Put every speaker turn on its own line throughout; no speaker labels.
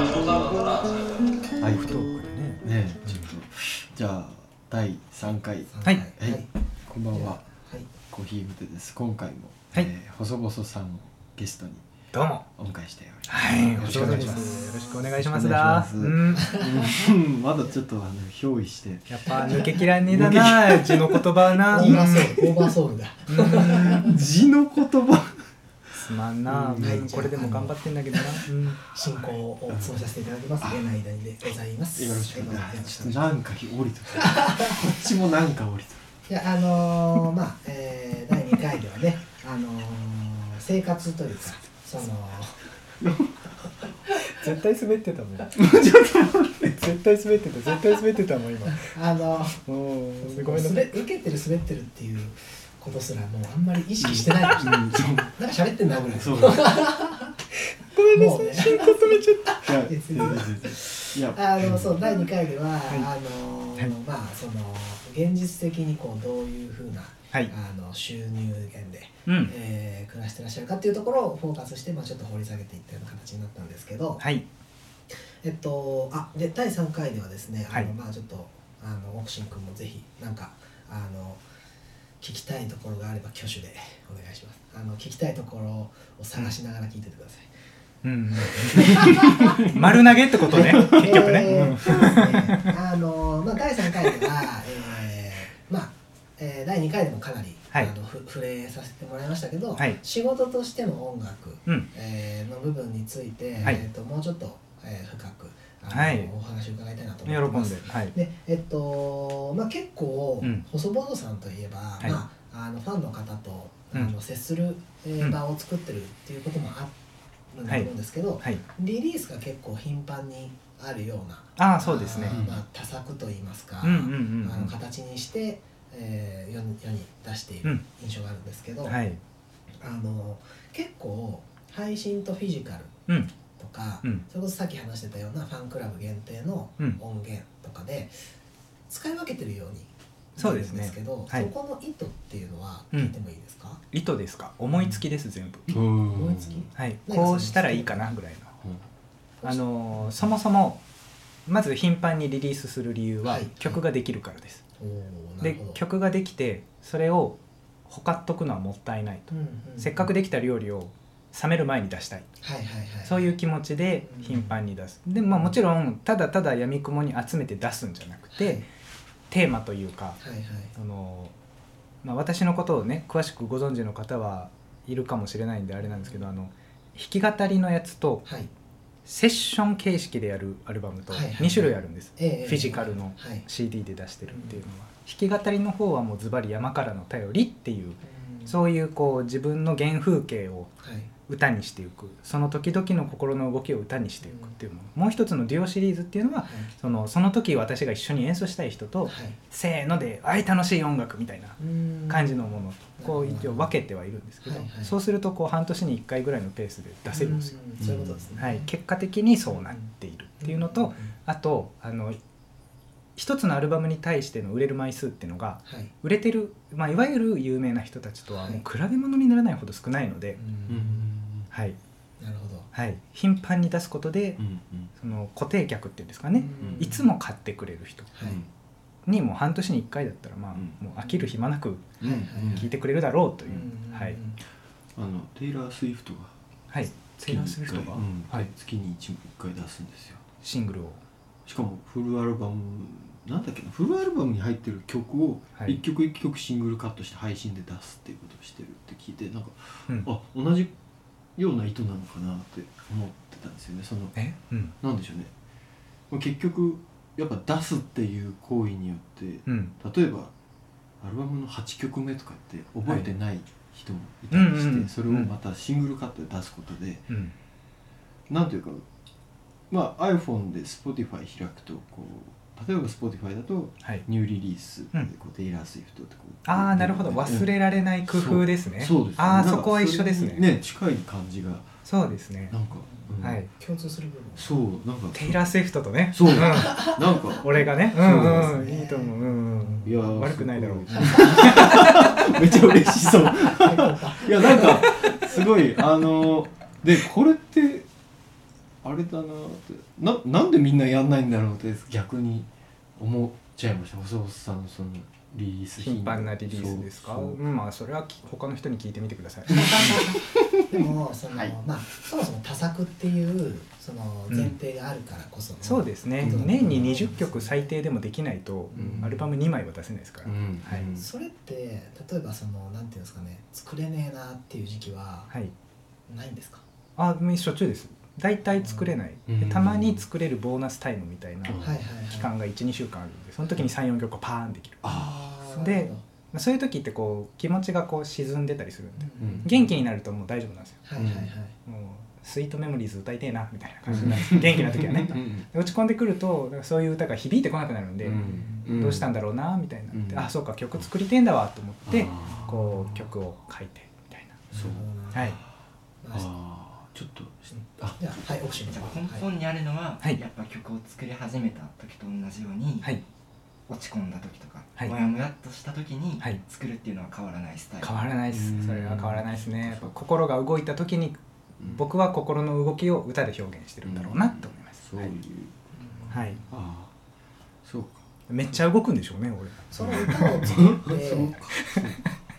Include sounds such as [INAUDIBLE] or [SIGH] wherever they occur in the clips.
アイフトークでね
ねちょっとじゃあ第3回
はい
はい、こんばんは、
はい
コーヒーフテです今回も、
はい
えー細々さんをゲストに
どうも
お迎えしております
はい
よろしく
細
お願い
々で
しますす
よろしくお願いします
よろしくお願い
だ
します
うん
うん [LAUGHS] まだちょっとあの憑依して
やっぱ抜けきらねえだな [LAUGHS] うちの言葉は
オ
な
ーバーソウルオーバーソウルだ
うん
字の言葉
すまんな
うん
うんこれでも頑張ってんだけどなうん
進行をそうさせていただきますね内々でございます
よろしくお願
はいい
しますちょっとなんか降りてくるこっちもなんか降りて
いやあのーまあ、えー、第2回ではね、あのー、生活というかその
絶対滑ってた [LAUGHS] もん絶対滑ってた絶対滑ってたもん今
あの
おーごめんなさ
滑
い
受けてる滑ってるっていうことすらもうあんまり意識してないかもしれない、
うんそう
なんか喋ってんなぐらい [LAUGHS]
そうだ
ごめんな
もう
さ
ね
い進行止めちゃった
いや全然全然いや
あのそう第2回では、あの
はい
まあその現実的にこうどういうふうな、
はい
あの収入源で、
うん
えー暮らしてらっしゃるかっていうところをフォーカスして、まあ、ちょっと掘り下げていったような形になったんですけど、
はい
えっとあで第3回ではですね、
はい
あのまあちょっとあのオクシン君もぜひなんかあの聞きたいところがあれば挙手でお願いしますあの聞きたいところを探しながら聞いててください
うん、丸投げってこと
[LAUGHS]
ね結局ね、
え
う
ー
ん
そうですねあのまあ第3回では、えーまあ、えー第2回でもかなり、
はい
あのふ触れさせてもらいましたけど、
はい
仕事としての音楽、
うん
えーの部分について、
はい
えー、ともうちょっと、えー深くあの、
はい
お話を伺いたいなと
喜
思ってま
ん
す
で。はい
でえっとまあ、結構、
うん
細々さんといえば、
い
まあ、あのファンの方とあ
うん
の接する、えー
うん
場を作ってるっていうこともあるんだと思うんですけど、
はい
リリースが結構頻繁にあるような
ああそうですね
あーまあ、多作といいますか、
うんうん
あの形にして、えー世に世に出してい
うん
る印象があるんですけど、
うんうんはい
あの結構配信とフィジカル
うん
とか、
うん
それこそさっき話してたようなファンクラブ限定の
うん
音源とかで使い分けてるように
そうですね
なるんけど、
はい
そこの意図っていうのは聞いてもいいですか、
意図ですか思いつきです全部
思
思いつき
はい
なんか
こうしたらいいかなぐらいのあのーそもそもまず頻繁にリリースする理由は
はい
曲ができるからです、
おーなる
で
ほど、
曲ができてそれをほかっとくのはもったいないと、
うんうん
せっかくできた料理を冷める前に出したい
はいはいはい
そういう気持ちで頻繁に出す、でまあもちろんただただやみくもに集めて出すんじゃなくて、
はい
テーマというか
はいはい
あの、まあ、私のことをね詳しくご存知の方はいるかもしれないんであれなんですけどあの弾き語りのやつと
はい
セッション形式でやるアルバムと
はいはいはい
2種類あるんです、
ええ
フィジカルの
はい
CD で出してるっていうのは弾き語りの方はもうズバリ山からの頼りっていうそういうこう自分の原風景を
はい
歌にしていくその時々の心の動きを歌にしていくっていうものもう一つのデュオシリーズっていうのは
はい
そのその時私が一緒に演奏したい人と
はい
せーので「あい楽しい音楽」みたいな感じのものこう一応分けてはいるんですけど
はいはい
そうするとこう半年に1回ぐらいのペースで出せるんですよ。
うんそういうことですね、
はい、結果的にそうなっているっていうの
うん
と
は
あとあの一つのアルバムに対しての売れる枚数っていうのが
い、
売れてる、まあ、いわゆる有名な人たちとはもう
はい
比べ物にならないほど少ないので、
う
うん
ん
はい
なるほど
はい、頻繁に出すことで、
うんうん
その固定客っていうんですかね、
うん
いつも買ってくれる人
はい
にもう半年に1回だったら、まあ
うん
もう飽きる暇なく
うんうん
聞いてくれるだろうという、
うん
はい、
あのテイラー・スウィフトが
はい、テイラー・スウィフトが、
うん
はい、
月に 1, 回出すんですよ
シングルを
しかもフルアルバムなんだっけなフルアルバムに入ってる曲を
はい
一曲一曲シングルカットして配信で出すっていうことをしてるって聞いてなんか、
うん
あ同じような意図なのかなって思ってたんですよねその
え、うん
なんでしょうねまあ結局やっぱ出すっていう行為によって
うん
例えばアルバムの8曲目とかって覚えてない人もいた
は
り
い
して、
うんうん
それをまたシングルカットで出すことで、
うん
なんていうか、まあ、iPhone で Spotify 開くとこう例えば Spotify だと
はい、
ニューリリース
うん
でこう、テイラー・スウィフトってこう
ああなるほど忘れられない工夫ですね、
そうですね
ああ
なんか
そこは一緒ですね
ね近い感じが
そうですね
な、んか、うん
はい
共通する部分
そうなんか
テイラー・スウィフトとね
そうん
[LAUGHS]
なんか
俺がねう
そ
ん
う
う
で
ん
すね
いいと思ううんうん
いやー
悪くないだろう
すごい [LAUGHS] めっちゃ嬉しそう
最高か
いやなんかすごいあのでこれってあれだなってななんでみんなやんないんだろうって逆に思っちゃいました細田さんのそのリリース
頻繁なリリースですか
そう
うんまあそれはき他の人に聞いてみてください
で
[LAUGHS]
もその、
はい
まあそもそも多作っていうその前提があるからこそ、
そうですね
うん
年に20曲最低でもできないと
うん
アルバム2枚は出せないですから
うんうん
はい
それって例えばそのなんていうんですかね作れねえなっていう時期は
はい
ないんですか、
あしょっちゅうです大体作れない
うん
でたまに作れるボーナスタイムみたいな
うん
はいはいはい
期間が12週間あるんでその時に34曲パーンできる
あ
あ
ー
ー
で
なるほど
まあそういう時ってこう気持ちがこう沈んでたりするんで
うんうん
元気になるともう大丈夫なんですよ
はいはいはい、
もうスイートメモリーズ歌いてえなみたいな感じになる元気な時はね
あ、うん
で落ち込んでくるとなんかそういう歌が響いてこなくなるんで、
うん
どうしたんだろうなみたいになって、
うん
あそうか曲作りてえんだわと思って
あー
こう曲を書いてみたいな
そう
な
は
る
い
ほどなまあ
あーちょっとあ
じゃあはいオプション
で
さん
も
は
根
い
本にあるのは、
はい
やっぱ曲を作り始めた時と同じように、
はい
落ち込んだ時とか、
はい
もやもやっとした時に、
はい
作るっていうのは変わらないスタイル
変わらないです
うん
それは変わらないですねやっぱ
そうか
心が動いた時に僕は心の動きを歌で表現してるんだろうなと思います、
そう、
はいいうはい
ああそうか
めっちゃ動くんでしょうね俺
その歌を
そう
作っ
かそう
て
か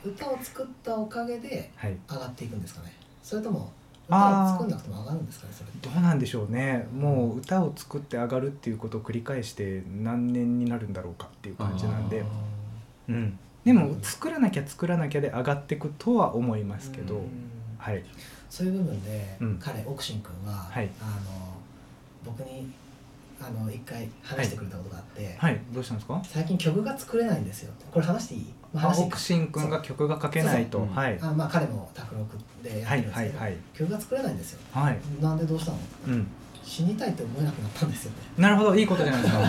歌を作ったおかげで
はい
上がっていくんですかねそれとも歌
あ
を
ー
作んなくても上がるんですかねそれって
どうなんでしょうねもう歌を作って上がるっていうことを繰り返して何年になるんだろうかっていう感じなんで
あー
うん、でも作らなきゃ作らなきゃで上がっていくとは思いますけど、
うん
はい
そういう部分で、
うん
彼奥信君は、
はい
あの僕にあの一回話してくれたことがあって、
はいどうしたんですか
最近曲が作れないんですよこれ話していい、まあ、話していい
奥信君が曲が書けないと
そうそう
はい
あまあ彼も卓六でやっ
は
てる
い
んですけど、
はいはい
曲が作れないんですよ
はい
なんでどうしたの
うん
死にたいって思えなくなったんですよね
なるほどいいことじゃないですか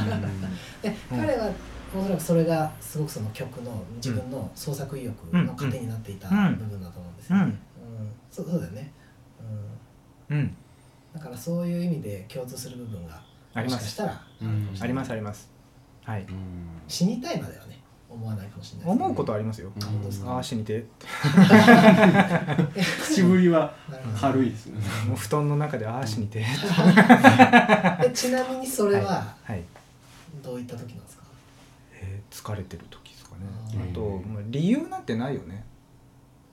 で、
うん
彼はおそらくそれがすごくその曲の自分の創作意欲の糧になっていた部
うん
分だと思うんです
う
よね、
ん
うんそうそうだよね、うん
[LAUGHS] うん
だからそういう意味で共通する部分が
ありま
もしかし
す
たら
うん
ありますありますはい
う
[LAUGHS]
ん
死にたいまではね思わないかもしれない
思うことはありますよ
うん
本当です
あ
か
あ死にて
口ぶりは
なるほど [LAUGHS]
軽いですね
もう布団の中でああ死にて
でちなみにそれは
はい、はい
どういった時なんですか、
えー疲れてる時ですかね
うん
あと、まあ、理由なんてないよね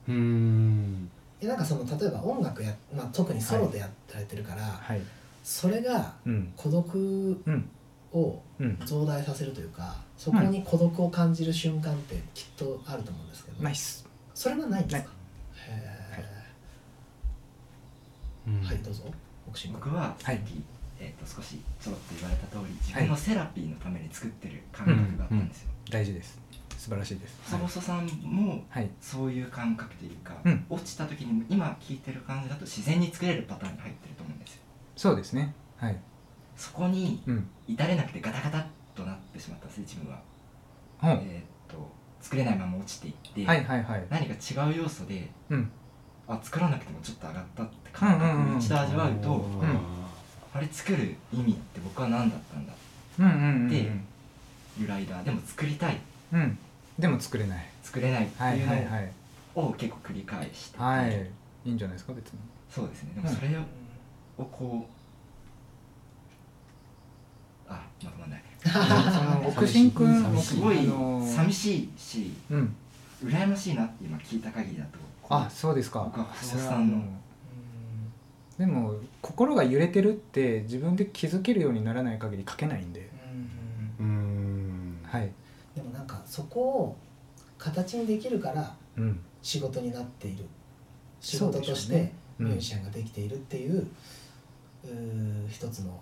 うん
えなんかその例えば音楽や、まあ、特にソロでやられてるから、
はい
それが
うん
孤独
うん
を
うん
増大させるというかそこに孤独を感じる瞬間ってきっとあると思うんですけど、
ナイス
それはないんですか
な
へ
うん
ーはいどうぞボクシング
僕はさ
はい
っき、えー、と少しちょろっと言われた通り自分のセラピーのために作ってる感覚があったんですよ、
大事です素晴らしいです
細
はい
細さんも
はい
そういう感覚というか、
うん
落ちた時にも今聴いてる感じだと自然に作れるパターンに入ってると思うんですよ
そうですねはい
そこに
うん
至れなくてガタガタっとなってしまったんですね自分は、
ほう
えー、と作れないまま落ちていって、
はいはいはい
何か違う要素で
うん
あ作らなくてもちょっと上がったって感覚を一度味わうと、
ん
あれ作る意味って僕は何だったんだ
うんうんうん
でいうライダーでも作りたい
うんうんでも作れない
作れないって
はい
いう
はい
の
はい
を結構繰り返してて、
はいいいんじゃないですか別に
そうですねでもそれをこうあまとまんない
その奥新くん
寂し
す
い
ごい
あのー
寂しいし
うん
羨ましいなって今聞いた限りだとこう
あそうですか
僕は細
それは
さんの
もうでも心が揺れてるって自分で気づけるようにならない限り書けないんで
うん
うん
はい
でもなんかそこを形にできるから
うん
仕事になっている仕
そう
事
でしょうね
として
うん
ミュージシャンができているっていう,、うー一つの、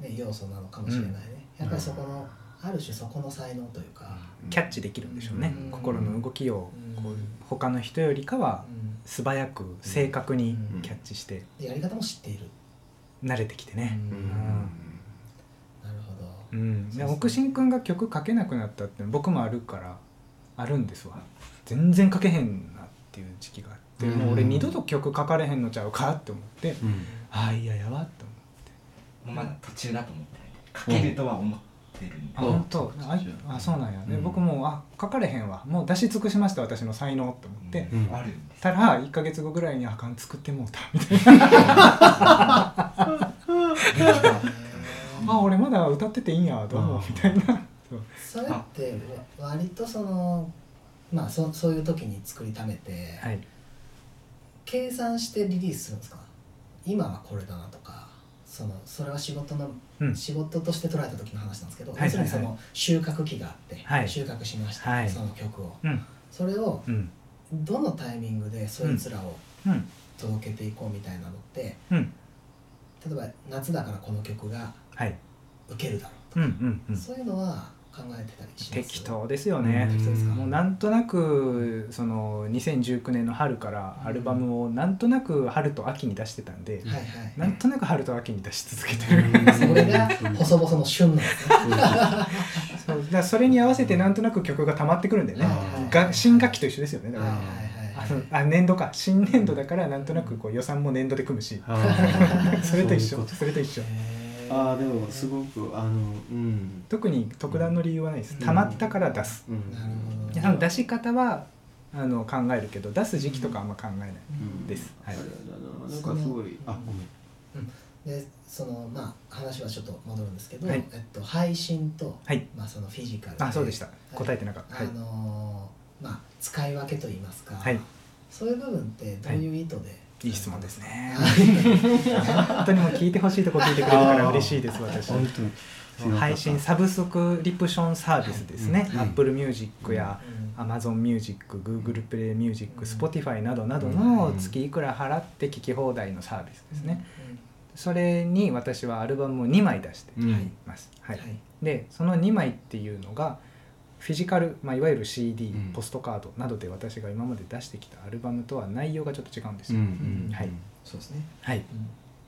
ね、要素なのかもしれないね、
うん
やっぱりそこのある種そこの才能というか、
キャッチできるんでしょうね
うん
心の動きをこう
うん
他の人よりかは
うん
素早く正確に
うん
キャッチして
でやり方も知っている、
慣れてきてね
う
なる
ん
ほど、
うん
そう
で
そう
奥新くんが曲書けなくなったって僕もあるからあるんですわ全然書けへんなっていう時期があっって、もう俺二度と曲書かれへんのちゃうかって思って、ああいややわって思う
もうまだ途中だと思って書けるとは思ってるんで
あ
うん
本当
そう
ああそうなんやね、
うん
僕もあ書かれへんわもう出し尽くしました私の才能って思って、
うん
うん
あるんです
たら1か月後ぐらいにあかん作ってもうたみたいなあ俺まだ歌ってていいんやどうも
あー
みたいな
それって割とそのまあそそういう時に作りためて、
い
計算してリリースするんですか今はこれだなとかそのそれは仕事の、
うん
仕事として捉えた時の話なんですけど、
はいはいはい
要するにその収穫期があって、
はい
収穫しました、
はい
その曲を
うん
それを
うん
どのタイミングでそいつらを
うん
届けていこうみたいなのって、
うん
例えば夏だからこの曲が
はい
受けるだろうと
うんう
か、
んうん
そういうのは考えてたりします
適当ですよね、
適当ですか
もうなんとなくその2019年の春からアルバムをなんとなく春と秋に出してたんで、
はいはい
なんとなく春と秋に出し続けてる、
それが細々の旬なんですね。
そうだからそれに合わせてなんとなく曲が溜まってくるんだよね、
あー
が新学期と一緒ですよねだから、
はいはい
あ
はい
のあ年度か新年度だからなんとなくこう予算も年度で組むし [LAUGHS] それと一緒それと一緒
へー
ああでもすごくあのうん
特に特段の理由はないです
うん
溜まったから出す、
うん
なるほ
で
ど。
その出し方はあの考えるけど出す時期とかあんま考えない、
うん
ですはい
あれだななんかすごいあごめん
でそのまあ話はちょっと戻るんですけど、
はい
えっと配信と、
はい
まあそのフィジカル
あそうでした、
い
答えてなかった、は
あ
い
のーまあ使い分けと言いますか、
はい
そういう部分ってどういう意図で、
いい質問ですね
はい。
[LAUGHS] 本当にもう聞いてほしいとこ聞いてくれた
[LAUGHS]
から嬉しいです私
本当に強かった
配信サブスクリプションサービスですね、
うん
Apple Music や
うん
Amazon Music、Google Play Music、
うん
Spotify などなど
う
の
ん
月いくら払って聞き放題のサービスですね。それに私はアルバムを2枚出して
うん
います。
うん。
はい、でその2枚っていうのがフィジカル、まあ、いわゆる CD、
うん
ポストカードなどで私が今まで出してきたアルバムとは内容がちょっと違うんです
うん
よ。
うん
はい
そうですね
はい、
うん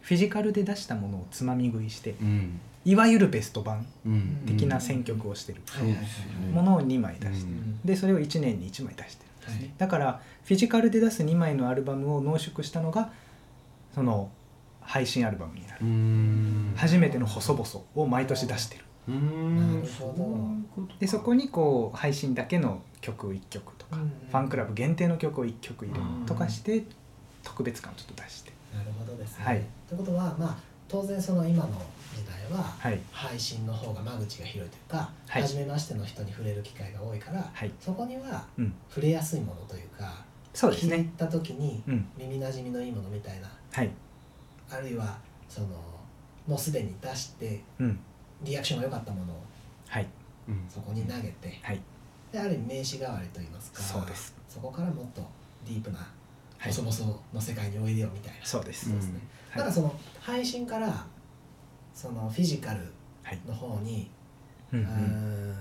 フィジカルで出したものをつまみ食いして
うん
いわゆるベスト版
うん
的な選曲をしてる
そうですよね
ものを2枚出
う
う
してる
んん
でそれを1年に1枚出してるんですね、
はい
だからフィジカルで出す2枚のアルバムを濃縮したのがその配信アルバムになる、
うん
初めての細々を毎年出してる
うーん
なるほど
そういうとか
でそこにこう配信だけの曲1曲とか、
うん
ファンクラブ限定の曲を1曲入れるとかして特別感をちょっと出して
なるほどですね。
はい
ということはまあ当然その今の時代は、
はい
配信の方が間口が広いというか、
はい
初めましての人に触れる機会が多いから
はい
そこには
うん
触れやすいものというか
そうです
気に
ね
入った時に
うん
耳なじみのいいものみたいな
はい
あるいはそのもうすでに出して
うん
リアクションが良かったものを
はい
うん
そこに投げて
はい
である意味名刺代わりといいますか
そうです
そこからもっとディープな
はい
細々の世界においでよみたいな、
そうです、
うん
ですねた
は
だ
い
その配信からそのフィジカル
はい
の方に
うんう、
うんん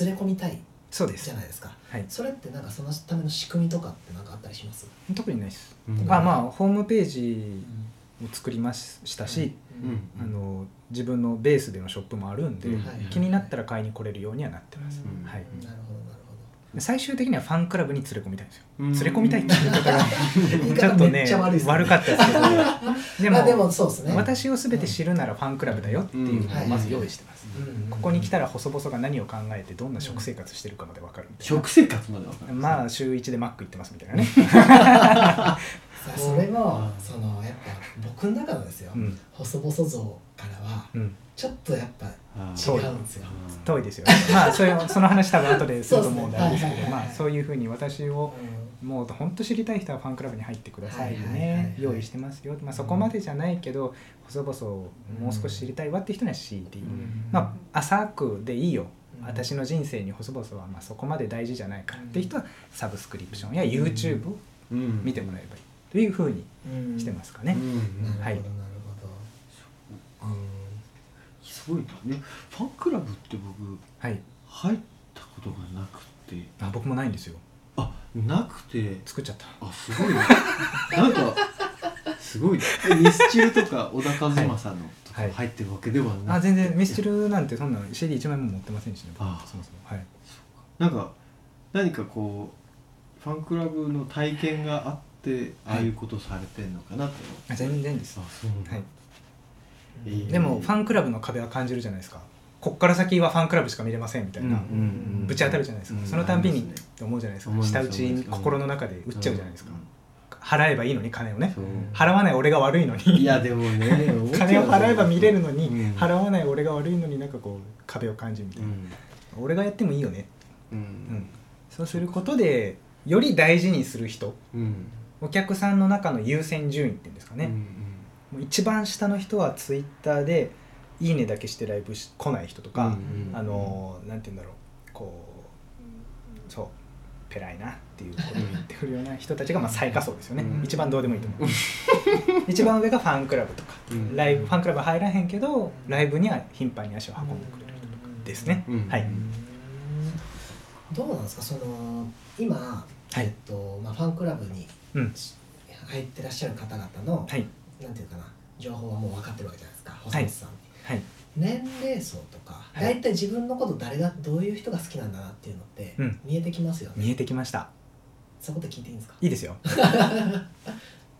連れ込みたい
そうで
じ
す
ゃないですか
はい
それってなんかそのための仕組みとかってなんかあったりします
特にないです、
うん
あまあホームページを作りましたし、
う
うん
ん
あの自分のベースでのショップもあるんで、
うん
はい
気になったら買いに来れるようにはなってます、
うん
は
な
い
るほどなる
で最終的にはファンクラブに連れ込みたいんですよ
連
連れ込みたいっていう言い方が
ほど言い
ちょ
方
っと
め
ね
ちゃ悪いですね
悪かったですけどでも,、
まあでもそうですね
私を全て知るならファンクラブだよっていうのをまず用意してます、
うん
ここに来たら細々が何を考えてどんな食生活してるかまで分かるみたいな、
食生活までわかる
まあ週1でマック行ってますみたいなね、
さあそれも
うん
そのやっぱ僕の中のですよ
うん
細々像からは
うん、
ちょっとやっぱ
あ
違うんですよ
遠いですよね [LAUGHS] まあそれその話多分後ですると思うんであれですけ
そうです
ど
ねはいはいはい
まあそういうふうに私を
う
もう本当知りたい人はファンクラブに入ってくださいよ
はいはいはいは
ね
い
用意してますよ、まあ、そこまでじゃないけど細々もう少し知りたいわって人には CD、
ん
まあ浅くでいいよ
うん
私の人生に細々はまあそこまで大事じゃないからって人はサブスクリプションや YouTube を
うん
見てもらえばいいというふうに
うん
してますかね
う、ん
な
は
る
い
ほどなるほどうん
すごいなねファンクラブって僕
はい
入ったことがなくて
あ僕もないんですよ
あなくて
作っちゃった
あす
[LAUGHS]
ごいねなんかすごいねえミスチルとか小田和正のとか
はい
入ってるわけではな
あ
い
全然ミスチルなんてそんな CD1 枚も持ってませんしね僕
ああ
そもそもはい
なんか何かこうファンクラブの体験があってああいうことされてるのかなと思って、
あ全然です、
あそうなんだ
はい、
えー
でもファンクラブの壁は感じるじゃないですかこっから先はファンクラブしか見れませんみたいな、
うんうんうん
ぶち当たるじゃないですか、
うん
そのたんびに、
ありますね
って思うじゃないです
思い
か
ます
下打ち
思いま
に
す
心の中で打っちゃうじゃないですか、
う
払えばいいのに金を
ん
ね
そう
払わない俺が悪いの
い
に
やでもね
[LAUGHS] 金を払えば見れるのに、
うん
払わない俺が悪いのになんかこう壁を感じるみた
う
いな、
ん
俺がやってもいいよね、
う
うん
ん、
そうすることでより大事にする人
うん
お客さんの中の優先順位っていうんですかね、もう一番下の人はツイッターで「いいね」だけしてライブし来ない人とか、
うんうん
あのーなんて言うんだろうこうそうペライなっていうことを言ってくるような人たちがまあ最下層ですよね、
うん
一番どうでもいいと思う [LAUGHS] 一番上がファンクラブとか
うん
ライブファンクラブ入らへんけどライブには頻繁に足を運んでくれる人とかですね、
うん
はい
どうなんですかその今、
はい
えっとまあ、ファンクラブに
うん
入ってらっしゃる方々の、
はい
なんていうかな情報はもう分かってるわけじゃないですか細野さん、
はい
年齢層とか
はい
大体、自分のこと誰がどういう人が好きなんだなっていうのって
うん
見えてきますよね、
見えてきました
そういうこと聞いていいんですか
いいですよ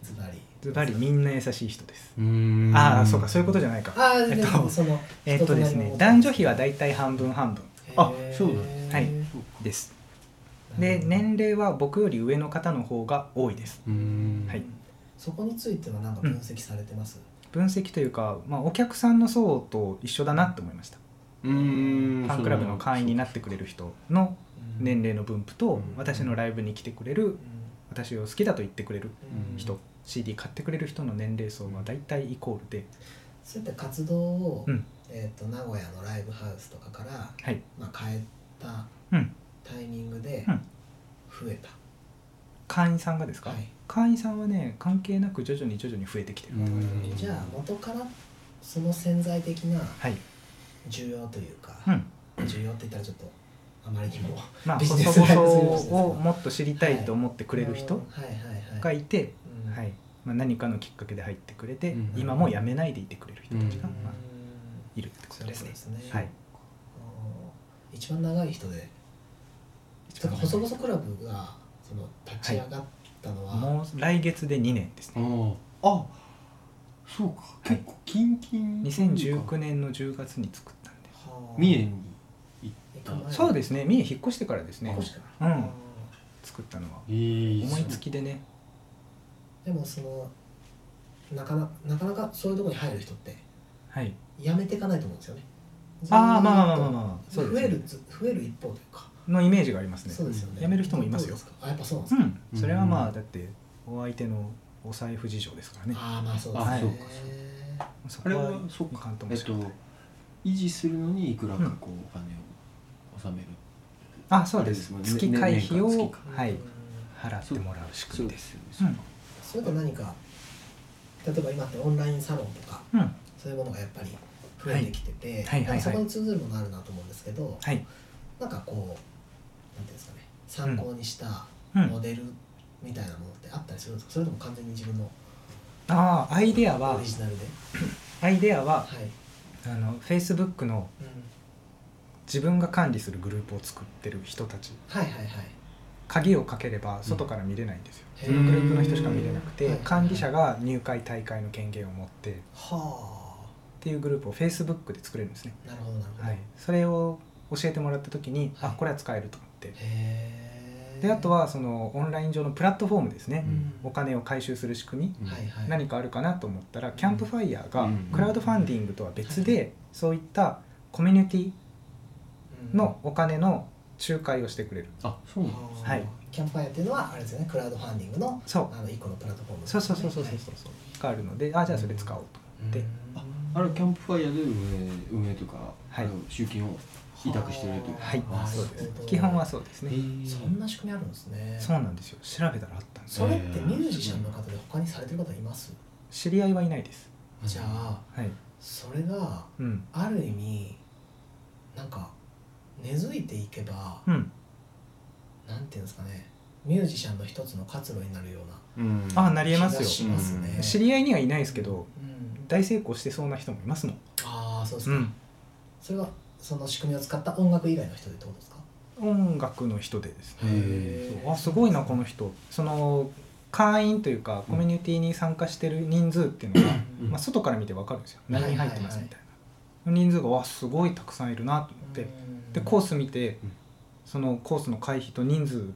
ズバリ
ズバリみんな優しい人です
うん
ああそうかそういうことじゃないか
ああ
えっ
で
と
もその
えっとですね
人となりの
男女比はだいたい半分半分
あ
へー
そうだ
はい
そうか
ですで
なるほど
年齢は僕より上の方の方が多いです
うん
はい
そこについては何か分析されてます、
分析というか、まあ、お客さんの層と一緒だなと思いました
うん
ファンクラブの会員になってくれる人の年齢の分布と、
うん
私のライブに来てくれる私を好きだと言ってくれる
うん
人、CD 買ってくれる人の年齢層は大体イコールで、
そういった活動を、
うん
えー、と名古屋のライブハウスとかから、
はい
まあ、変えた
うん、
タイミングで
うん
増えた、
会員さんがですか、
はい
会員さんはね関係なく徐々に徐々に増えてきてる、
うん
じゃあ元からその潜在的な
はい、
需要というか、
うん、
需要って言ったらちょっとあまりにも
まあ
ビジ
細
ネスラ
々
イブ
をもっと知りたいと思ってくれ
う
る
ん
人
はいはいは
が
い
いて、
うん
はいまあ、何かのきっかけで入ってくれて、
うん
今も辞めないでいてくれる人たちが、
うん
まあ、いるってことですね。
そうですね
はい、
うん一番長い人でだから細々クラブがその立ち上がったのは、
もう来月で2年ですね。
ああそうか結構キンキン
2019年の10月に作ったんで。
はあ
三重に行った
行く前
そうですね、三重引っ越してからですね
ここ。しか
う
ない
ん、作ったのは。思いつきでね。
でもそのなかななかなかそういうところに入る人って
はい。
やめていかないと思うんですよね
ああ、まあまあまあまあ
あ
まあ。そう
増え
ですね
るつ増える一方というか
のイメージがありますね。
そうですよね
辞める人もいますよ
どうですかあやっぱそうなんで
う
すか、
ん、それはまあ、だって、お相手のお財布事情ですからね。
ああまあそうですね
あそうか
そ
あ
こ
れ
は
はそう
いか
か
んと
え
も
っ
し
と
れない。
維持するのにいくらかこうお金を納める
あ、そうです
あれ。ですもんね
月会費
年
を
間月、会
は
う
い
ん、
払ってもらう仕組みです。
よね
うん
それと何か例えば今ってオンラインサロンとか
うん、
そういうものがやっぱり増えてきてて、
はいは
な
いはいはい
んかそこに通ずるものあるなと思うんですけど、
はい。
なんかこうなんていうんですかね参考にした
うん
モデルみたいなものってあったりするんですかそれとも完全に自分の
ああ、アイデア
オ
は
リ、ジナルで
アイデアは、
はい、
あの Facebook の自分が管理するグループを作ってる人たち
はいはいはい
鍵をかければ外から見れないんですよ、
へ
うん
グループの人しか見れなくて、
はい
管理者が入会大会の権限を持ってっ
は
ていうグループを Facebook で作れるんですね、
あなるほどなるほど、
はい、それを教えてもらった時に、
はい
あこれは使えると思って
へえ
であと、はそのオンライン上のプラットフォームですね
う、ん
お金を回収する仕組み、
うん
はいはい、
何かあるかなと思ったらキャンプファイヤーが
うん
クラウドファンディングとは別で、そういったコミュニティのお金の仲介をしてくれる
あそう
う、
なんんだ
はい
キャンパーやっていうのはあれですよねクラウドファンディングの
そう
あの一個のプラットフォームです
そ
ね、
うそうそうそうそうそうがあるのであじゃあそれ使おうと思って、
あれキャンプファイヤーで運営運営とか、
はい
あの集金を委託してるという
はい
あ
そう
で
ですす
ね
基本はそうですね
そんな仕組みあるんですね
そうなんですよ調べたらあったんです
そ
よ
れってミュージシャンの方で他にされてる方います、
知り合いはいないです
じゃあ
はい
それが
うん
ある意味なんか根付いていけば、
うん
なんていうんですかねミュージシャンの一つの活路になるような
うん
あなりえま
気が
す
し
よ
ますね、
うん
知り合いにはいないですけど
うん
大成功してそうな人もいますもん
ああそうです
う
か、
ん
それはその仕組みを使った音楽以外の人でってことですか
音楽の人でですね
へ
そうあすごいなこの人その会員というかコミュニティに参加してる人数っていうのが、
うん
まあ、外から見て分かるんですよ何人入って
はいはい
ます
はい
みたいな人数がわすごいたくさんいるなと思ってでコース見て
うん
そのコースの回避と人数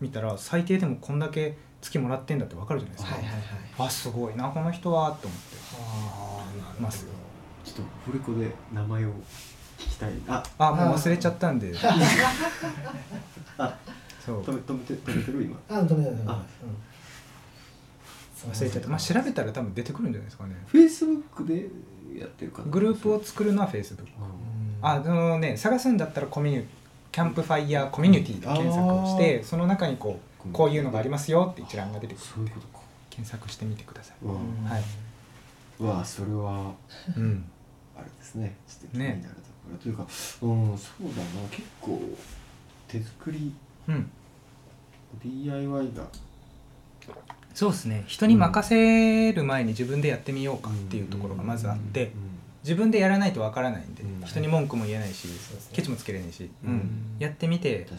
見たら最低でもこんだけ月もらってんだって分かるじゃないです
はい
か、
はいはい
わすごいなこの人はと思って
はあ
ま
な
あ
るほど
ちょっと振り子で名前を聞きたいあ
あもう忘れちゃった
[LAUGHS]
んで
あ
そう
止め止めて止めてる今
あ止めない止めない
あ
うん
忘れちゃったまあ調べたら多分出てくるんじゃないですかね
フェイスブックでやってるか
グループを作るのは Facebook
うん
あそのね探すんだったらコミュニキャンプファイヤーコミュニティで検索をしてその中にこうこういうのがありますよって一覧が出てく
そ
る
うんいう
で
ことか
検索してみてください、
うわ,、
うん
はい
わあそれは
うん、
あれですねちょっと気に
ね
なるところ、というかうんそうだな結構手作り
うん、
DIY が
そうですね人に任せる前に自分でやってみようかっていうところがまずあって、自分でやらないとわからないんで、
うん
人に文句も言えないし、
そうですね
ケチもつけれないし、
うん
うんやってみて
確、か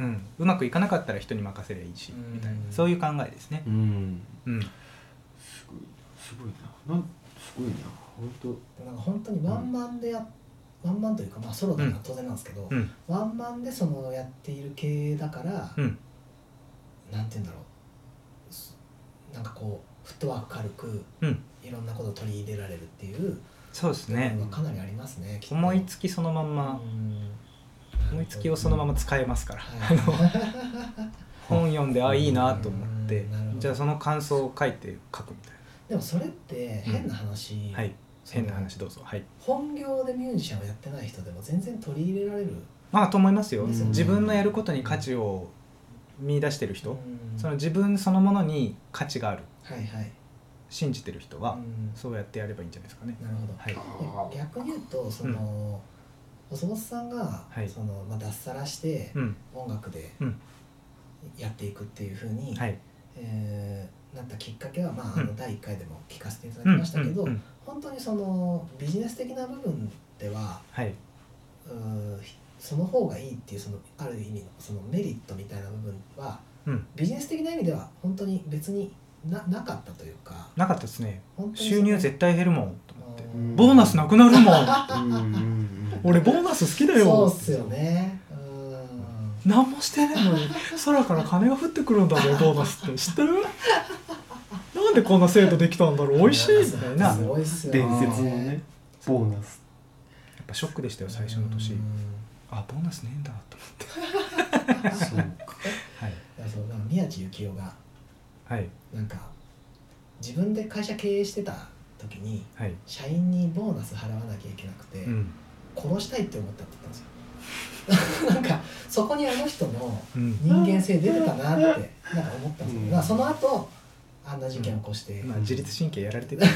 うん、うまくいかなかったら人に任せりゃいいし、みたいな
うん
そういう考えですね
に、うん
うん、
すごいすごいななんすごいな本当
なんか本当にワンマンでやっワンマンというかまあソロだから当然なんですけど、
うん
ワンマンでそのやっている系だから、
うん
なんて言うんだろうすなんかこうフットワーク軽く
うん
いろんなことを取り入れられるっていう
そうですね
のがかなりありますねきっと
思いつきそのまんま
うん
思いつきをそのまま使えますから、 [LAUGHS]
はい
本読んであいいなと思って
うんなるほど
じゃあその感想を書いて書くみたい
でもそれって変な話、
なはい
その
変な話どうぞはい
本業でミュージシャンをやってない人でも全然取り入れられる
まあと思いますよ
うん
自分のやることに価値を見出してる
う
人
ん
その自分そのものに価値がある
はいはい
信じてる人
う
は
ん
そうやってやればいいんじゃないですかね
なるほど
はい
で逆に言うとその、細本さんが、
はい
そのまあ、脱サラして
うん
音楽で
うん
やっていくっていうふうに、
はい
えーなったきっかけは、まあ、
うん
あの第1回でも聞かせていた
う
だ
ん
きましたけど、
うんうん
本当にそのビジネス的な部分では
はいう
ーその方がいいっていうそのある意味のそのメリットみたいな部分は、
うん
ビジネス的な意味では本当に別にななかったというか
なかったですね
本当にそ
収
の
入絶対減るもんと思って
うん
ボーナスなくなるもん
う
[LAUGHS]
んうんうん
俺ボーナス好きだよ
そうっすよねうん
何もしてないのに空から金が降ってくるん [LAUGHS] だぞボーナスって知ってるなんでこんな制度できたんだろう美味しいみたいなや
すごいっすよ
伝説のねボーナス
っぱショックでしたよ最初の年あボーナスねえんだと思って
そう
[LAUGHS]
か
はい
いやそうなんか宮地幸雄が
はい
なんか自分で会社経営してた時に
はい
社員にボーナス払わなきゃいけなくて、
うん
殺したいって思ったって言ったんですよ [LAUGHS] なんかそこにあの人の
うん
人間性出てたなってなんか思ったんですけ
うん
ど、まあその後あんな事件を起こして、
まあ自律神経やられてた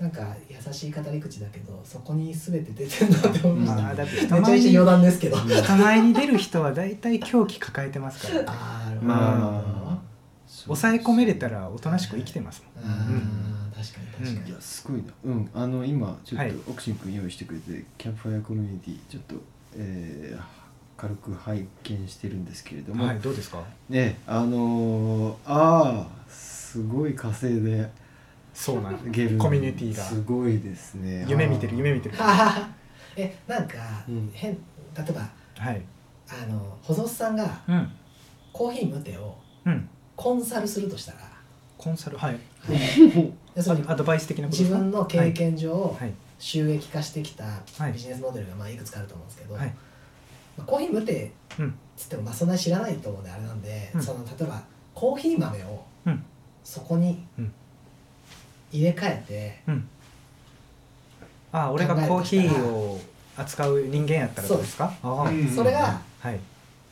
なんか優しい語り口だけどそこに全て出てるなって思いました、
[LAUGHS] まあだって人
めちゃ
前
めちゃ
に
余談ですけど、
人前に出る人は大体狂気抱えてますからね
あー
まあ
抑え込めれたらおとなしく生きてます
あ
もん
ー確かに確か
い
に、
やすごいなうんあの今ちょっ
はい
とオクシン君用意してくれて、キャンプファイアコミュニティちょっと、えー軽く拝見してるんですけれども、
はいどうですか
ねあのー、ああすごい火星で
そうなん
ゲル
コミュニティが
すごいですね
夢見てる夢見
て
てる
ははは [LAUGHS] えなんか
うん
変、例えば
はい
あの細津さんが
うん
コーヒー無手を
うん
コンサルするとしたら
コンサルはい
要するに
アドバイス的なこと
自
ですか
分の経験上
はい
収益化してきた
はい
ビジネスモデルがまあいくつかあると思うんですけど、
はい
まあ、コーヒー無手
うん
つってもまあそんなに知らないと思うんであれなんで、
うん
その例えばコーヒー豆を
うん
そこに
うん
入れ替えて、
うんあ俺がコーヒーを扱う人間やったらどうですかああ
うん
それが
はい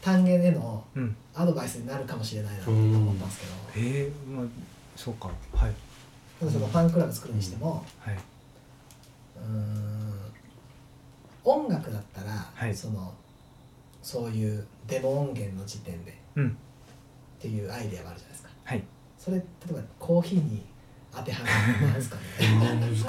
単元への
うん
アドバイスになるかもしれないなと思ったんですけど。
ええまあそうかはい
そのファンクラブ作るにしても、
はいう
ーん音楽だったら、
はい
そのそういうデモ音源の時点でっ
うん
ていうアイデアがあるじゃないですか
はい
それ例えばコーヒーに当てはめなんですかね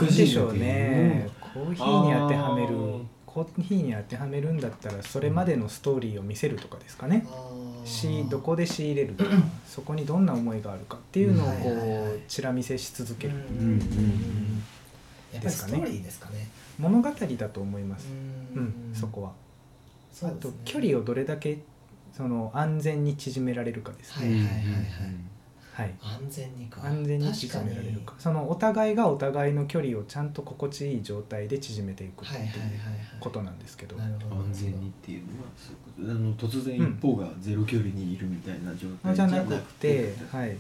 難しい
でしょうねコーヒーに当てはめる
あー
コーヒーに当てはめるんだったらそれまでのストーリーを見せるとかですかね、 [LAUGHS] しどこで仕入れるとかそこにどんな思いがあるかっていうのをこ
うんはいはいはいう
チラ見せし続ける
うん
うんうん
やっぱ
で
り
す
ス
か
ト
ね
ーリーですかね
物語だと思います
う
うんそこは
そ
あ
うです
と
ね
距離をどれだけその安全に縮められるかです
は
ね
いはいはいはい
はい
安全にか
安全に縮められるかそのお互いがお互いの距離をちゃんと心地いい状態で縮めていくっ
確
てい
かにはいはいは
うこ
い
となんですけど
はいなるほど
安全にっていうのはそういうことあの突然一方がゼロ距離にいるみたいな状態
じゃなくて、はい、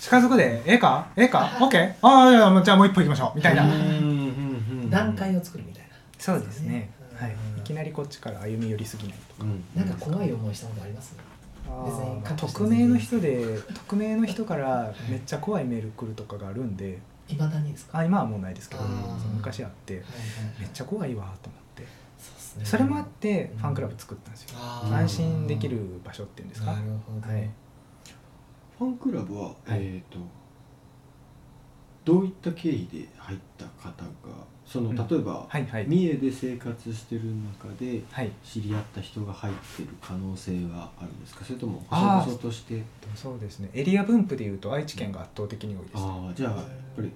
近づくでええかええか ?OK? ああいやじゃあもう一歩行きましょうみたいな
うんうんうんうん
段階を作るみたいな
そうですね
そうですね
はい
うん
いきなりこっちから歩み寄りすぎないとか
うん
なんか怖い思いしたことあります
あ
別
ー
に
匿名の人で匿名の人からめっちゃ怖いメール来るとかがあるんで
いまだにですか
あ今はもうないですけど
あー
昔あってめっち
ゃ
ゃ怖いわと思って
そうですね
それもあって
うん
ファンクラブ作ったんですよ
あー
安心できる場所っていうんですか
なるほど
はい
ファンクラブは、
はい
えっ、とどういった経緯で入った方がその
うん
例えば、
はいはい
三重で生活してる中で
はい
知り合った人が入ってる可能性はあるんですかそれとも
あー
細々として
そうですねエリア分布でいうと愛知県が圧倒的に多いです
ああじゃあやっぱり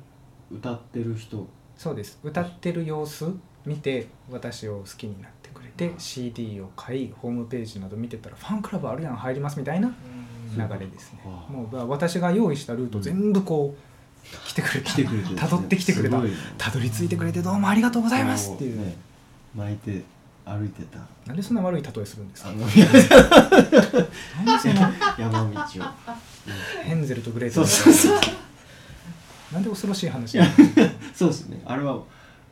歌ってる人
そうです歌ってる様子見て私を好きになってくれて CD を買いホームページなど見てたらファンクラブあるやん入りますみたいな
うん
流れですね
ああ
もう私が用意したルート全部こう来てくれた
来てくれてる
辿ってきてくれた
すごいね
たどり着いてくれてどうもありがとうございますっていう
ね巻いて歩いてた
なん [LAUGHS] でそんな悪い例えするんですか
あの
なんでそんな
山道を
ヘンゼルとグレート
そう
の
そうそう
なんで恐ろしい話
いやそうですねあれは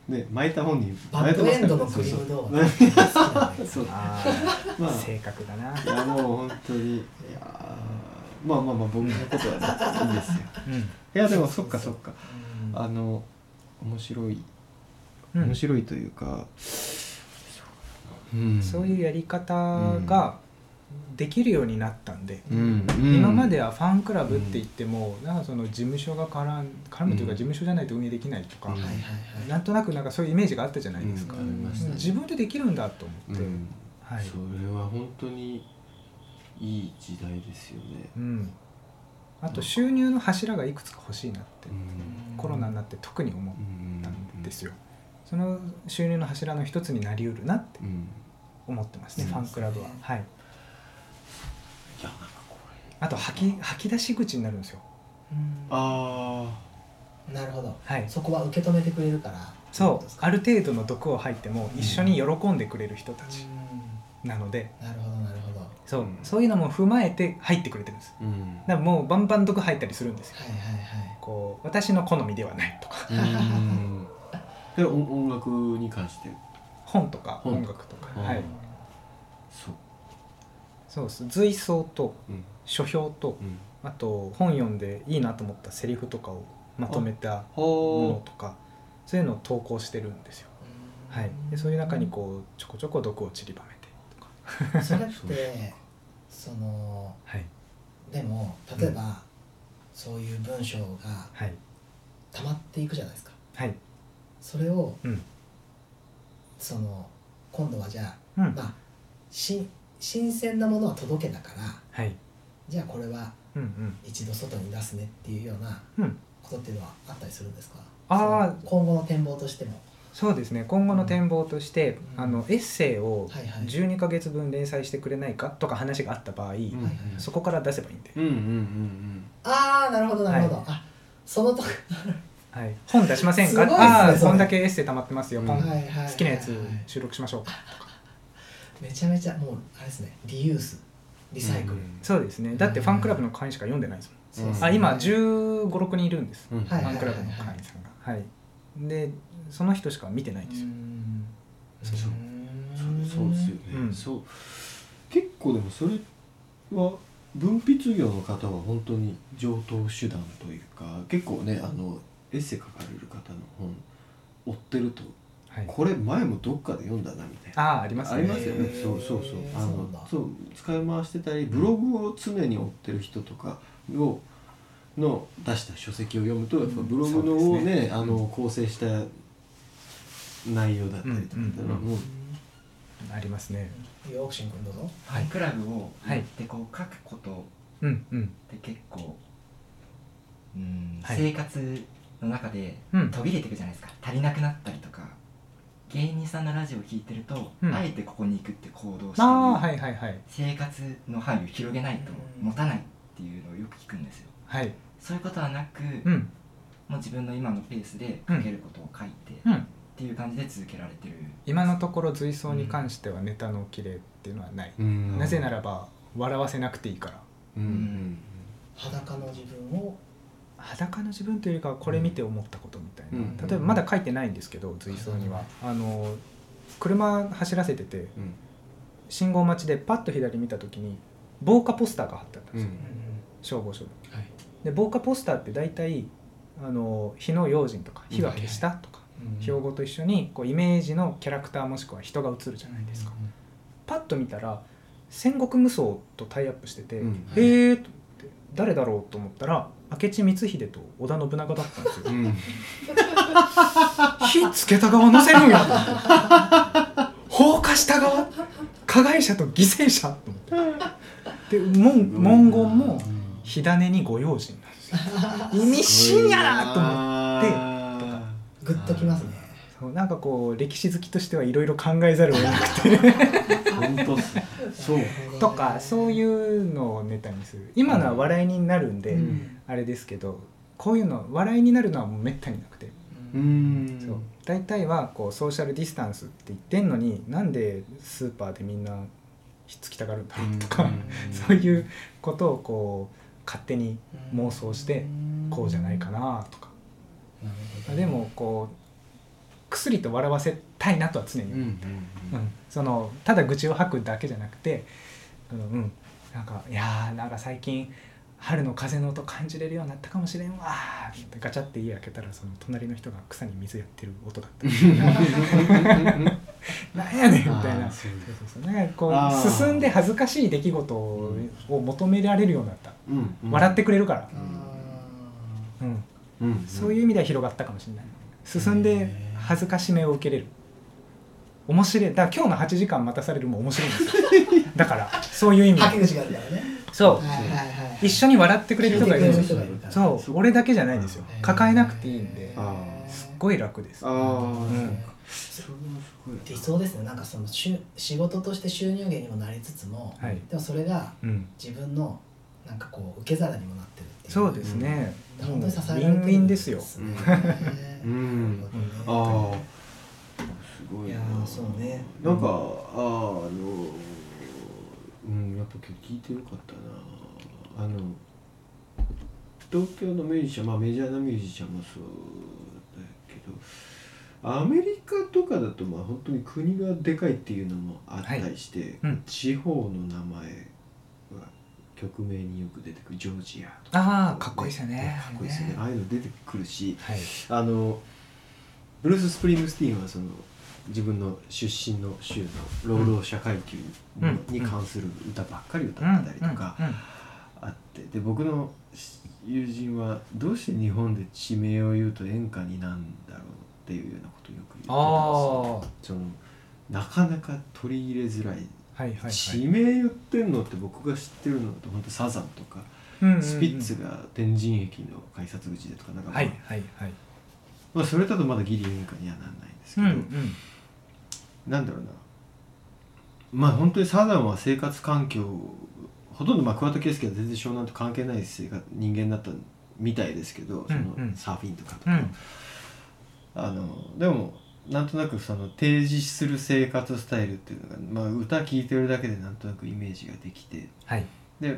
ね巻いた本人
バッドエンドのクリームドーナツ好きなんだよ
そうそうそう
あ
ま
あ
あ
性格だない
やもう本当にいやーまあまあまあ僕のことは、ね、いいですよ
う
いやでもそっかそっか
うん
あの面白い
ん、
面白いというか、うん
そういうやり方ができるようになったんで、
うん
今まではファンクラブって言っても、なんかその事務所が絡ん絡むというか
うん
事務所じゃないと運営できないとか、
うん
はいはいは
ないんとなくなんかそういうイメージがあったじゃないですか、
うんありましたね
自分でできるんだと思っ
う
て、
ん
はい、
それは本当にいい時代ですよね、
うん、あと収入の柱がいくつか欲しいなって、
うん
コロナになって特に思ったんですよ、その収入の柱の一つになりうるなって
うん
思ってますね、
うん
ファンクラブは、
そうです
はい
いやなんかこれ
あと吐き吐き出し口になるんですよ
うん
あ
なるほど
はい
そこは受け止めてくれるから
そう
ですか
ある程度の毒を吐いても一緒に喜んでくれる人たち
う
なので、
んなるほどなるほどは
そう
うん
そういうのも踏まえて入ってくれてるんです
あうん
だからもうバンバン毒入ったりするんですよ
いはいはい
こう私の好みではないとか
う
[LAUGHS]
んで音音楽に関して
本とか
本
音
とか
楽と
う
か
ん
はい
そう
そうです随想と
うん
書評と
うん
あと本読んでいいなと思ったセリフとかをまとめたもの
は
とかそういうのを投稿してるんですよ、はい、でそういう中にこうちょこちょこ毒を散りばめてとか
うんそれ
[LAUGHS]
ってその
はい
でも例えば、そういう文章が
はい
溜まっていくじゃないですか
はい
それを、
うん
その今度はじゃ
う
あ
ん
まあし新鮮なものは届けたから
はい
じゃあこれは
うんうん
一度外に出すねっていうような
うん
ことっていうのはあったりするんですか
あー
その今後の展望としても
そうですね今後の展望として、
うん
あのエッセイを
はいはい
12ヶ月分連載してくれないかとか話があった場合、
うん
はい
そこから出せばいいんで、
うんうんうん
ああなるほどなるほど、
はい
あそのとこ
はい、本出しませんか
すごいっすね
ああ
それ
こんだけエッセイ溜まってますよ、
うん
ポン
はいはい
好きなやつ
はいはい
収録しましょうか、
めちゃめちゃもうあれですねリユースリサイクル、
うん
そうですねだってファンクラブの会員しか読んでないですもん、
そうです
あ
ね
今1 5 6人いるんです、
うん
は
フ
い
ァンクラブの会員さんがはいでその人しか見てないんですよ、
そうそうそ
う
うですよね、
うん
そう結構でもそれは文筆業の方は本当に上等手段というか結構ねあのエッセイ書かれる方の本追ってると
はい、
これ前もどっかで読んだなみたいな
あああります
あ
ね
りますよね
へー
そうそうそうあ
そう
の
なんだ
そう使い回してたりブログを常に追ってる人とかをの出した書籍を読むとやっぱブログの
そう
を
です
ね
ね
あの構成した内容だったりとかってのはもう
ありますね
いいよオクシン君どうぞ
はい
クラブを
はい
やってこう書くこと
うんうん
って結構、うん
はい
生活の中で
うん
途切れていくじゃないですか足りなくなったりとか芸人さんのラジオを聞いてると、
うん
あえてここに行くって行動し
あ
たり、
あはいはいはい
生活の範囲を広げないと持たないっていうのをよく聞くんですよ
はい
そういうことはなく、
うん
もう自分の今のペースで書けることを書いて、
うん
っていう感じで続けられてる
今のところ随想に関してはネタの綺麗っていうのはない、
うん
なぜならば笑わせなくていいから
うんうん
裸の自分を
裸の自分というよりかはこれ見て思ったことみたいな、
うん
例えばまだ書いてないんですけど随想には、あの車走らせてて
うん
信号待ちでパッと左見た時に防火ポスターが貼ってあったん
う
ですよ、
ん
消防署の
はい
で防火ポスターって大体あの火の用心とか火は消したとか、標語と一緒にこうイメージのキャラクターもしくは人が映るじゃないですか、パッと見たら戦国無双とタイアップしてて、
うん
えーと思って誰だろうと思ったら明智光秀と織田信長だったんですよ
うん
火つけた側のせるんやと思って放火した側加害者と犠牲者と思ってで文文言も火種にご用心なんですよ意味深やなと思って
思
グッときますね
そうなんかこう歴史好きとしてはいろいろ考えざるを得なくて
本当っすねそう
とかそういううのをネタにする今のは笑いになるんで、
うん
あれですけどこういうの笑いになるのはもうめったになくて、
うん
そう大体はこうソーシャルディスタンスって言ってんのになんでスーパーでみんなひっつきたがるんだろうとか、そういうことをこう勝手に妄想してこうじゃないかなとか、でもこう薬と笑わせたいなとは常に
う
思
ん
う、
うん
うん、そのただ愚痴を吐くだけじゃなくて、あのうん、なんか「いやーなんか最近春の風の音感じれるようになったかもしれんわー」ってガチャって家開けたらその隣の人が草に水やってる音だ [LAUGHS] ったり「なんやねん」みたいな。
そう
そうそうそうなんかこ
あ
う
ー
進んで恥ずかしい出来事を求められるようになった、
うんうん
笑ってくれるから、うん
うんうん
そういう意味では広がったかもしれない進んで恥ずかしめを受けれる面白いだから今日の8時間待たされるも面白いんですよだからそういう意味
吐き
で
口があるからね
そ
はいはいは
う
い
一緒に笑ってくれる人がいるんですよ
聞いてくれる人がいるから
そう俺だけじゃないんですよ抱えなくていいんで
へ
すっ
あ
ー
ー
ごい楽です
ああ
うん
それもすごい
理想ですねなんかその収仕事として収入源にもなりつつも、
はい
でもそれが
うん
自分のなんかこう受け皿にもなってるっていう
そうですね、
うん
もう
本当に支えられて
ウ
る
ィンウィンですよ
ね
うんああすごい
いや
な
ーそうね
なんかあーあのーうんやっぱ今日聞いてよかったなあの東京のミュージシャンまあメジャーなミュージシャンもそうだけどアメリカとかだとまあ本当に国がでかいっていうのもあったりして、
うん
地方の名前が曲名によく出てくるジョージアと
ああかっこいいですよね
かっこいいですよねああいうの出てくるし
はい
あのブルース・スプリングスティーンはその自分の出身の州の労働者階級の
うん
に関する歌ばっかり歌ってたりとか
うんうん
あってで僕の友人はどうして日本で地名を言うと演歌になんだろうっていうようなことをよく言ってたん
あ
ですよ。そのなかなか取り入れづらい、
あはいはいはい
地名言ってんのって僕が知ってるのだと本当サザンとか、
うんうんうん
スピッツが天神駅の改札口でとかなんか、
はいはいはい
まあ、それだとまだギリ演歌にはならないんですけ
う
ど、
んうん
なんだろうなまあ本当にサザンは生活環境ほとんどまあ桑田佳祐は全然湘南と関係ない生活人間だったみたいですけどその
うんうん
サーフィンとかと
う
か、
ん
あのでもなんとなくその提示する生活スタイルっていうのが、まあ、歌聴いてるだけでなんとなくイメージができて
はい
で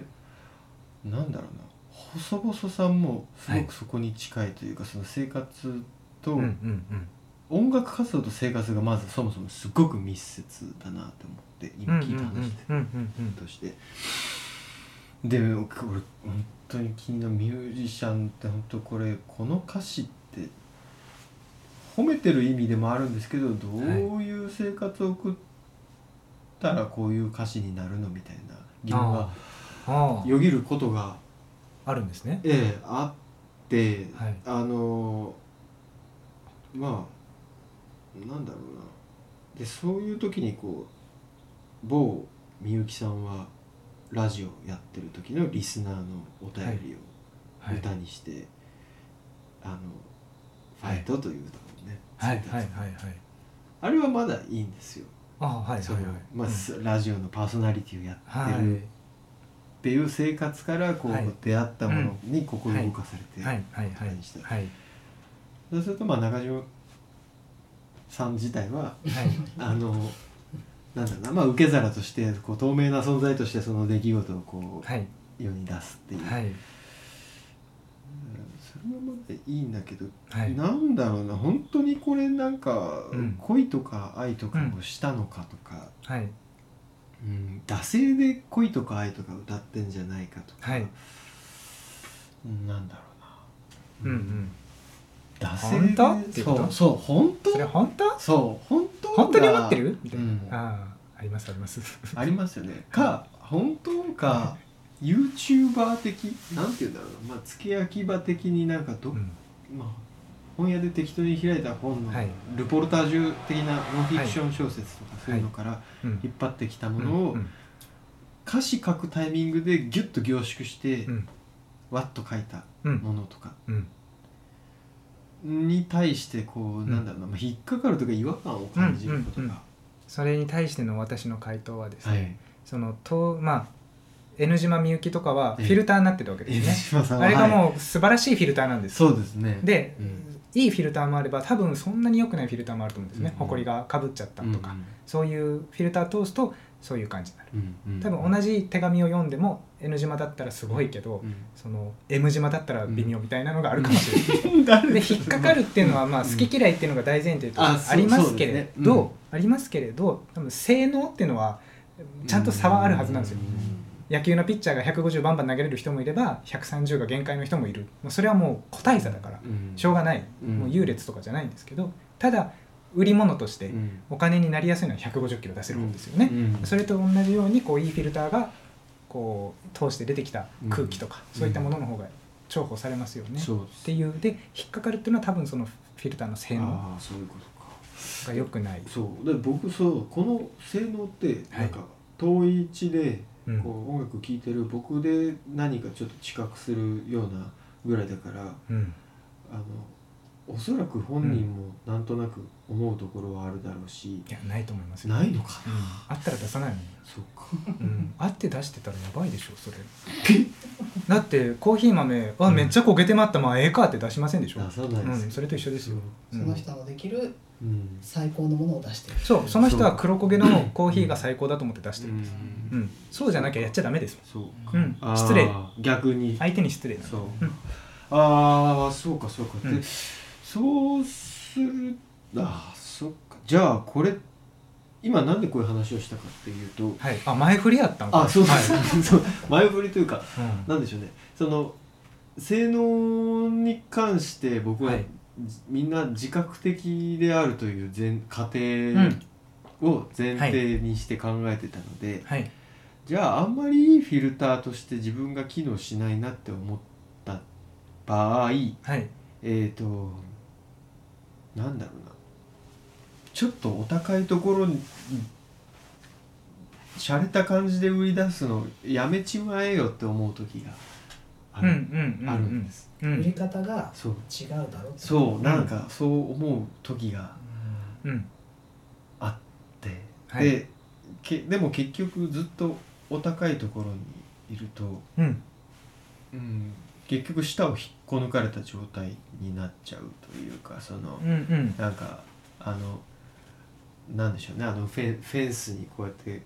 なんだろうな細々さんもすごくそこに近いというか、その生活と、
うんうんうん
音楽活動と生活がまずそもそもすごく密接だなと思って今聞いた話で、
うんうんうん
としてで俺本当に気になるミュージシャンって本当これこの歌詞って褒めてる意味でもあるんですけどどういう生活を送ったらこういう歌詞になるのみたいな疑問が
あ
よぎることが、
ああるんですね
ええ、あって。
はい
あのまあなんだろうなでそういう時にこう某みゆきさんはラジオやってる時のリスナーのお便りを歌にして、あの「フ
はい
ァイト」という歌をね、
はい
作った
は
ん
い
です
はいはい
あれはまだいいんですよ、
あはい
そ
は
の
いはい
まあすラジオのパーソナリティをやって
はい
るっていう生活からこう、
はい
出会ったものに心動かされて、
はいはいはい
何して
はい
そうするとまあ中島さん自体は
はい
あのなんだろうな、まあ、受け皿としてこう透明な存在としてその出来事をこ
はいう
世に出すっていう、
は
う
い
んそれはまだいいんだけど、
はい
なんだろうな本当にこれなんか、
うん
恋とか愛とかをしたのかとか、
はい
うん、惰性で恋とか愛とか歌ってんじゃないかとか、
はい
うんなんだろう
う
な、
んうん
惰
本
性
当っ
で
てこと
そうそう本当
それ本当
そう本当が
本当に思ってるみたい
うん
なああありますあります
ありますよねか本当か YouTuber 的なんて言うんだろうな、まあ、付け焼き場的になんかど、
うん
まあ、本屋で適当に開いた本の
はい
ルポルタージュ的なノンフィクション小説とかそういうのから
うん
引っ張ってきたも
うん
のを
うん
歌詞書くタイミングでギュッと凝縮して
うん
わっと書いた
うん
ものとか
うん
に対してこうなんだろうな、まあ、引っかかるとか違和感を感じること
うんうん
が、
それに対しての私の回答はです
は
ね
い
そのとまあ N 島みゆきとかはフ
ええ
ィルターになってるわけで
江
す
ノ島
ね
さんは
あれが
はい
もう素晴らしいフィルターなんです
そうですね
で、
うん
いいフィルターもあれば多分そんなに良くないフィルターもあると思うんですね、
うん
ほこりがかぶっちゃったとか、
うん
そういうフィルター通すとそういう感じになる
うんうん
多分同じ手紙を読んでも N 島だったらすごいけど、その M 島だったら微妙みたいなのがあるかもしれない、で引っかかるっていうのはまあ
うん
好き嫌いっていうのが大前提と
あ
してありま
そ
す
う
け
そう
れ
ですね
ど、
うん
ありますけれど多分性能っていうのはちゃんと差はあるはずなんですよ、野球のピッチャーが150バンバン投げれる人もいれば130が限界の人もいるもうそれはもう個体差だからしょう
が
がない、
うん
もう優劣とかじゃないんですけどただ売り物として
うん
お金になりやすいのは150キロ出せる方ですよね、
うん
それと同じようにこういいフィルターがこう通して出てきた空気とか、
うん
そういったものの方が重宝されますよね、
そうっ
っていうで引っかかるっていうのは多分そのフィルターの性能
ああそういうことか
が良くない、
そうで僕そうこの性能って
はい
なんか遠い地で
うん
こう音楽聴いてる僕で何かちょっと知覚するようなぐらいだから
うん
あのおそらく本人もなんとなく思うところはあるだろうし
いやないと思いますよ、
ないのか
うん
な
あったら出さないのに
そうか
うん、あって出してたらやばいでしょそれだってコーヒー豆あめっちゃ焦げてまったまあええかって出しませんでしょ、
出さないで
う
す
ん、それと一緒ですよ、う
そ
ん
の人のできる
うん
最高のものを出してる
そうその人は黒焦げのコーヒーが最高だと思って出してるんです、
う
うんん、そうじゃなきゃやっちゃダメです
そうか
うん
あー
失礼
逆に
相手に失礼な
そう、
うん
ああそうかそうか、
う
で
ん
そうするあーそっかじゃあこれ今なんでこういう話をしたかっていうと
はいあ前振りやったのか
あそうそう
はい
そう、そう前振りというか
うん
なんでしょうねその性能に関して僕は、
はい
じみんな自覚的であるという前過程
ん
を前提にして考えてたので、
はい
じゃああんまりいいフィルターとして自分が機能しないなって思った場合
はい
えっ、ー、となんだろうなちょっとお高いところに洒落た感じで売り出すのやめちまえよって思う時があ
うん
る、
うんうん
あるんです、
うんう
売り
ん
方が
そう
違うだろう
そうなんかそう思う時が
うん
あって、
はい
でけでも結局ずっとお高いところにいると、
うん
うん、結局舌を引っこ抜かれた状態になっちゃうというかその、
うんうん
なんかあのなんでしょうねあのフェンフェンスにこうやって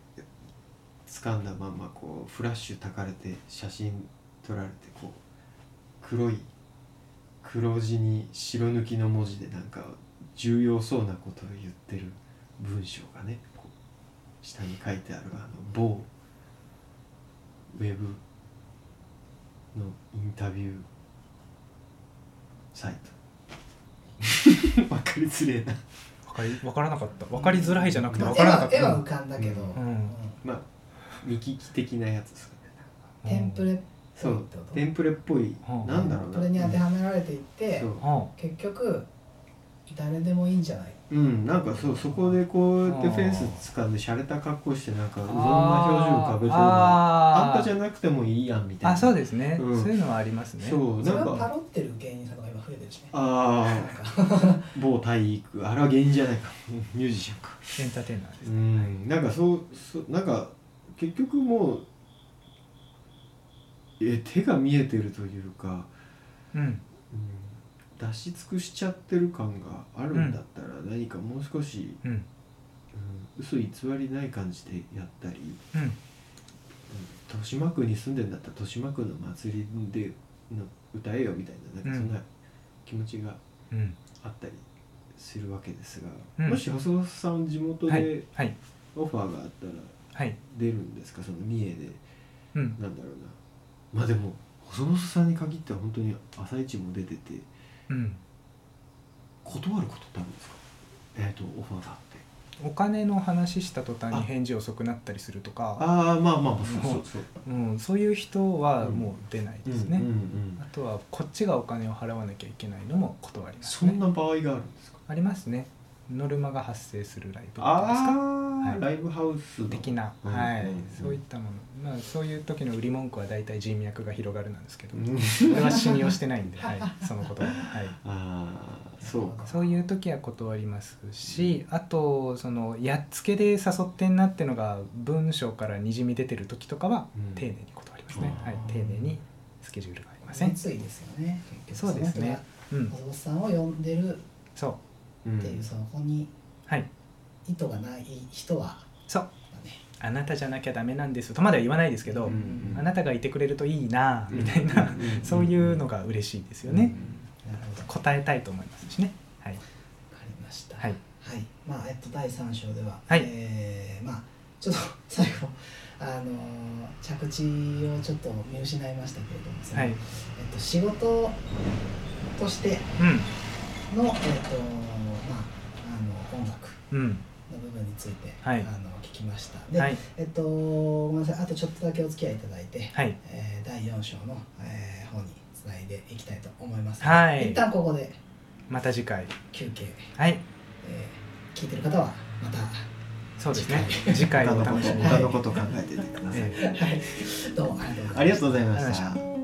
掴んだまんまこうフラッシュたかれて写真撮られてこう黒い黒字に白抜きの文字でなんか重要そうなことを言ってる文章がねこう下に書いてあるあの某ウェブのインタビューサイト [LAUGHS] わかりづれえな
わかりわからなかったわかりづらいじゃなくて
ま
わ
あ
からなかっ
絵は絵は
た
浮かんだけど、
うん
うん
まあ見聞き的なやつですかね
うんテンプレっぽ
そ
いっ
う
てこと
テンプレっぽい
はあ
なんだろうな
これに当てはめられていって、
そう
は
結局誰でもいいんじゃない
うん、なんかそうそこでこうやってフェンス掴んで洒落た格好してなんかいろんな表情浮かべてるのはあ
あ
んたじゃ
ん
なくてもいいやんみたいな
あそうですね、
うん
そういうのはありますね
そう
そ
な
れ
ん
はパ
か
ロってる芸人さんとか今増えてるしね
ああ某体育あれは芸人じゃないかミュージシャンか
エンターテイナーで
う
す、
んなんかそうそうなんか結局もうえ手が見えてるというか、
うん
うん、出し尽くしちゃってる感があるんだったら何かもう少し、
うん
うん、嘘偽りない感じでやったり、
うん
豊島区に住んでんだったら豊島区の祭りでの歌えよみたいななんかそんな気持ちが
うん
あったりするわけですが、
うん
もし細野さん地元
はい
で
はい
オファーがあったら
はい
出るんですか、その三重で
うん
なんだろうなまあでも細野さんに限っては本当に「朝一も出てて
うん
断ることってあるんですかえっ、とオファーだって
お金の話した途端に返事遅くなったりするとか、
ああまあまあまあそうそうそう
うん、そういう人はもう出ないですね、
うんうんうん
あとはこっちがお金を払わなきゃいけないのも断ります
そ
ね
んな場合があるんですか
ありますねノルマが発生するライブっていうんですか
ああ、
はい
ライブハウスの
的な、
うん
はい、
うん
そういったもの、まあ、そういう時の売り文句は大体人脈が広がるなんですけど、
うん
それは信用してないんで、はい、そのことは、はい、
[LAUGHS] ああそうか
そういう時は断りますしあとそのやっつけで誘ってんなってのが文章からにじみ出てる時とかは
うん
丁寧に断りますね、
あ
は
ー
い、丁寧にスケジュールがありません、
熱意ですよね結
そう
局
ですねう
その人が、
ん
松本さんを呼んでる
そう
うん
っていう、そのこに
はい
意図がない人は、
そう
まあね、
あなたじゃなきゃダメなんですとまでは言わないですけど、
うんうん
あなたがいてくれるといいなあみたいな、
うんうんうん
そういうのが嬉しいですよね、
なるほど
答えたいと思いますしねはい
わかりました。
はい
まあえっと第三章では、
はい
えーまあちょっと [LAUGHS] 最後あのー着地をちょっと見失いましたけれども、その
はい
えっと仕事として
う
のえっとまああの音楽
んうん
の部分について、
はい
あの聞きました。で、
はい
えっとごめんなさいあとちょっとだけお付き合いいただいて。
はい
えー第4章の、えー方につないでいきたいと思います、
はい
一旦ここで
また次回
休憩、
はい
えー聞いてる方はまた
そうですね次回
他
お
のこ
楽し
と
みに、
他のこと考えててください、
ええ
はい、どうもありがとうございまし
ありがとうございまし
た
ありがとうございま
た
した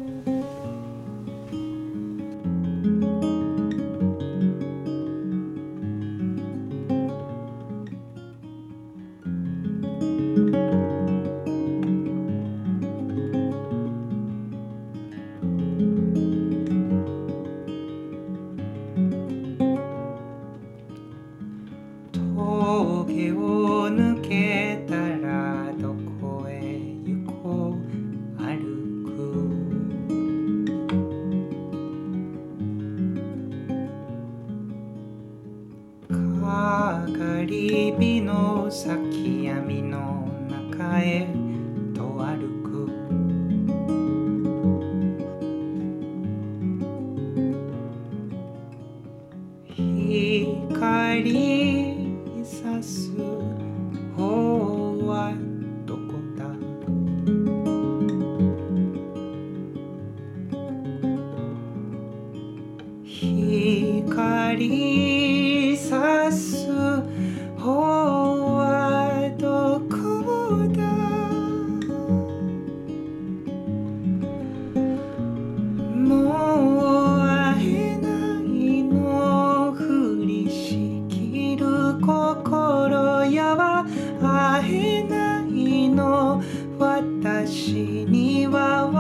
峠を抜けたらどこへ行こう歩くかがり火の先闇の中へと歩く光さす方はどこだ光さす方はどこだもう会えないのふりしきる心やは会えないの私には